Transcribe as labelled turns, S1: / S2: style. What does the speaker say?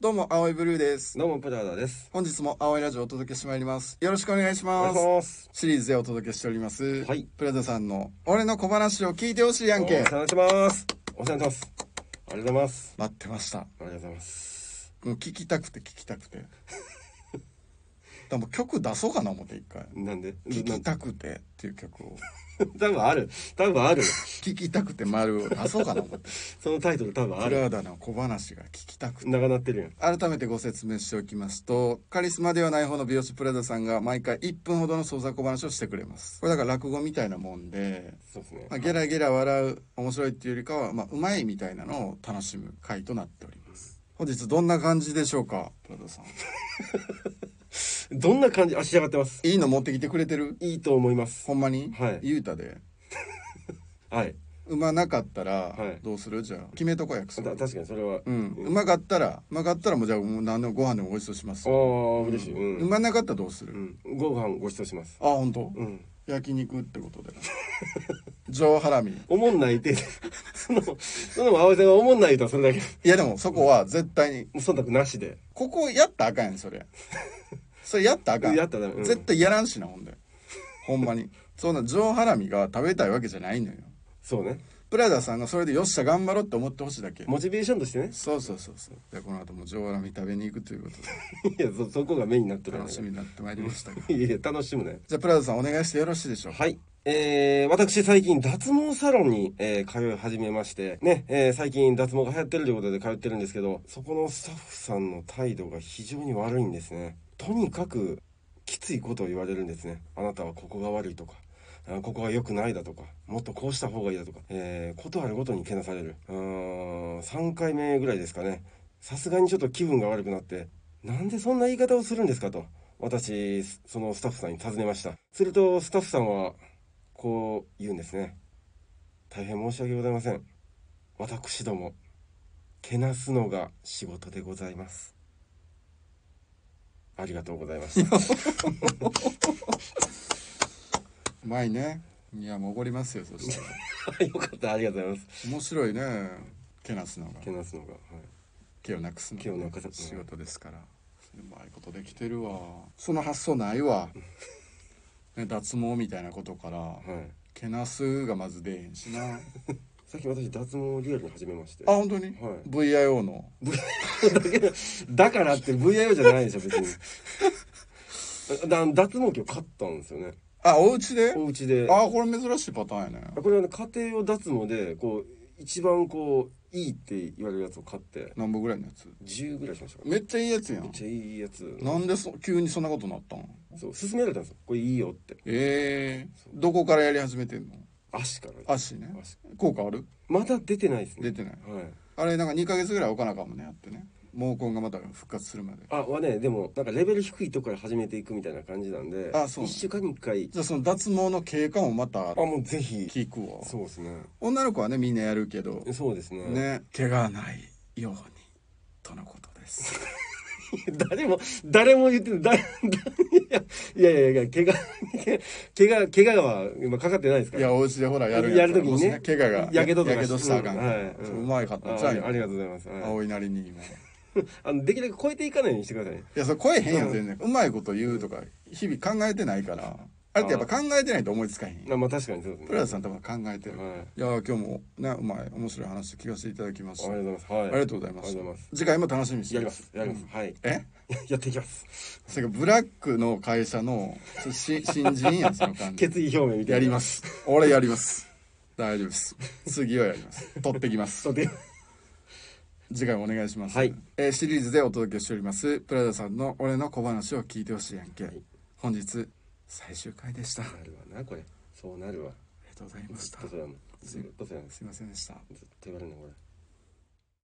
S1: どうも、青いブルーです。
S2: どうも、プラダです。
S1: 本日も青いラジオをお届けしてまいります。よろしくお願いし
S2: お願
S1: ま
S2: い
S1: す。
S2: します。
S1: シリーズでお届けしております。
S2: はい
S1: プラザさんの、俺の小話を聞いてほしいやん
S2: お
S1: け。
S2: 世話になってます。お世話になってます。ありがとうございます。
S1: 待ってました。
S2: ありがとうございます。
S1: もう聞きたくて聞きたくて。でも曲出そうかな思って一回。
S2: なんで
S1: 聞
S2: な
S1: きたくてっていう曲を。
S2: 多分ある。多分ある。
S1: 聞きたくて丸を出そうかな思って。
S2: そのタイトル多分あ
S1: プ
S2: る。
S1: ラダの小話が聞きたくて。
S2: 長なってるやん。
S1: 改めてご説明しておきますとカリスマではない方の美容師プラザさんが毎回1分ほどの創作小話をしてくれますこれだから落語みたいなもんで、
S2: そうですね
S1: まあ、。ゲラゲラ笑う面白いっていうよりかはまあうまいみたいなのを楽しむ回となっております本日どんな感じでしょうかプラザ さん
S2: どんな感じあ、仕上がってます。
S1: いいの持ってきてくれてる
S2: いいと思います。
S1: ほんまに、
S2: はい
S1: 言うたで
S2: はい。
S1: うまなかったら
S2: はい
S1: どうするじゃあ決めとこ約
S2: た
S1: 束
S2: 確かにそれは。
S1: うんうまかったらうまかったらもうじゃあもう何でもご飯でもごちそうします
S2: ああ、嬉しい。
S1: う
S2: うん。
S1: まなかったらどうする、
S2: うん。ご飯ごちそうします。
S1: あ本当、
S2: うん。
S1: 焼肉ってことで上ハラミ
S2: おもんないって、 その、その青井さんがおもんないとはそれだけ。
S1: いやでもそこは絶対に
S2: もう忖度なしで。
S1: ここやったらあかんやんそれそれやったらあかん
S2: やったらダメうん
S1: 絶対やらんしなほんでほんまにそんな上ハラミが食べたいわけじゃないのよ
S2: そうね。
S1: プラダさんがそれでよっしゃ頑張ろうって思ってほしいだけ
S2: モチベーションとしてね。
S1: そうそうそうそうじゃあこの後も上ハラミ食べに行くということ
S2: いや、そ、そこがメインになっ
S1: で
S2: てる
S1: 楽しみになってまいりましたが
S2: いやいや、楽しむね。
S1: じゃあプラダさんお願いしてよろしいでしょうか
S2: はい。えー、私最近脱毛サロンに、えー通い始めまして、ね、えー最近脱毛が流行ってるということで通ってるんですけど、そこのスタッフさんの態度が非常に悪いんですね。とにかく、きついことを言われるんですね。あなたはここが悪いとか。あここが良くないだとか、もっとこうした方がいいだとか、えー、ことあるごとにけなされる。うーん、3回目ぐらいですかね。さすがにちょっと気分が悪くなって、なんでそんな言い方をするんですかと、私、そのスタッフさんに尋ねました。すると、スタッフさんは、こう言うんですね。大変申し訳ございません。私ども、けなすのが仕事でございます。ありがとうございま した。
S1: うまいねいやもうおごりますよそしたら
S2: よかった、ありがとうございます。
S1: 面白いねけなすのが
S2: けなすのが。はい
S1: 毛をなくすの
S2: 毛をなくす
S1: 仕事ですからうまいことできてるわその発想ない わ、ね、脱毛みたいなことから
S2: はい、
S1: けなすがまず出えへんしなあ
S2: さっき私、脱毛リアルに始めまして。
S1: 本当に、
S2: はい
S1: VIO の
S2: だけどだからって VIO じゃないでしょ、別 に。だ脱毛器を買ったんですよね。
S1: あお家で
S2: お家で。
S1: あこれ珍しいパターンやね
S2: これはね家庭用脱毛でこう一番こういいって言われるやつを買って
S1: 何本ぐらいのやつ
S2: 10ぐらいしましたから
S1: めっちゃいいやつや
S2: めっ
S1: ん
S2: ちゃいいやつ
S1: なんでそ急にそんなことになったん
S2: そう勧められたんですよこれいいよって
S1: ええどこからやり始めてんの
S2: 足から
S1: 足ね
S2: 足
S1: 効果ある
S2: まだ出てないです
S1: 出
S2: ね
S1: てない
S2: はい
S1: あれなんか2ヶ月ぐらい置かなあかんもんねやってね毛根がまた復活するまで
S2: あはねでもなんかレベル低いとこから始めていくみたいな感じなんで
S1: あそう
S2: 1週間に1回
S1: じゃあその脱毛の経過もまた
S2: あもうぜひ
S1: 聞くわ
S2: そうですね
S1: 女の子はねみんなやるけど
S2: そうですね
S1: ね怪我ないようにとのことです
S2: 誰も誰も言ってない誰いやいやいやいや怪我怪我怪我は今かかってないですか
S1: い
S2: ら
S1: やお家でほらやる
S2: や
S1: んか
S2: る
S1: ら
S2: 時にね
S1: もし怪我が
S2: やけどとか
S1: やけどしたらあかんから、
S2: うんはいうん
S1: うまいかったじ
S2: あ
S1: ゃ
S2: あ
S1: ん
S2: りあり
S1: よ
S2: がとうございます。はい
S1: 青いなりにもい
S2: あのできるだけ超えていかないようにしてくださいね。
S1: やそれ超えへんよ全然うまいこと言うとか日々考えてないからあれってやっぱ考えてないと思いつかへん
S2: あまあ確かにそうですね。
S1: プラザさん多分考えてる、、
S2: はいい。あ
S1: や今日もねうまい面白い話聞かせていただきまし
S2: り
S1: た
S2: が
S1: あ
S2: とうございます。はい。
S1: りがとうございま
S2: あ
S1: す
S2: りがとうございます。
S1: 次回も楽しみにして
S2: やります。やります。はい。
S1: え
S2: やっていきます。
S1: それからブラックの会社のし新人やんその感じ
S2: 決意表明みたいな。
S1: やります俺やります大丈夫です次はやります取ってきます
S2: そうで。
S1: 次回もお願いします、
S2: はい
S1: えーシリーズでお届けしておりますプラダさんの俺の小話を聞いてほしいやんけ、
S2: い
S1: 本日最終回でしたあ
S2: なるわなこれ。そうなるわ。
S1: りがとうございまし
S2: ず
S1: た
S2: っとそうやん。ずっとそうやん。ずっ
S1: すいませんでした
S2: と言われるねこれ。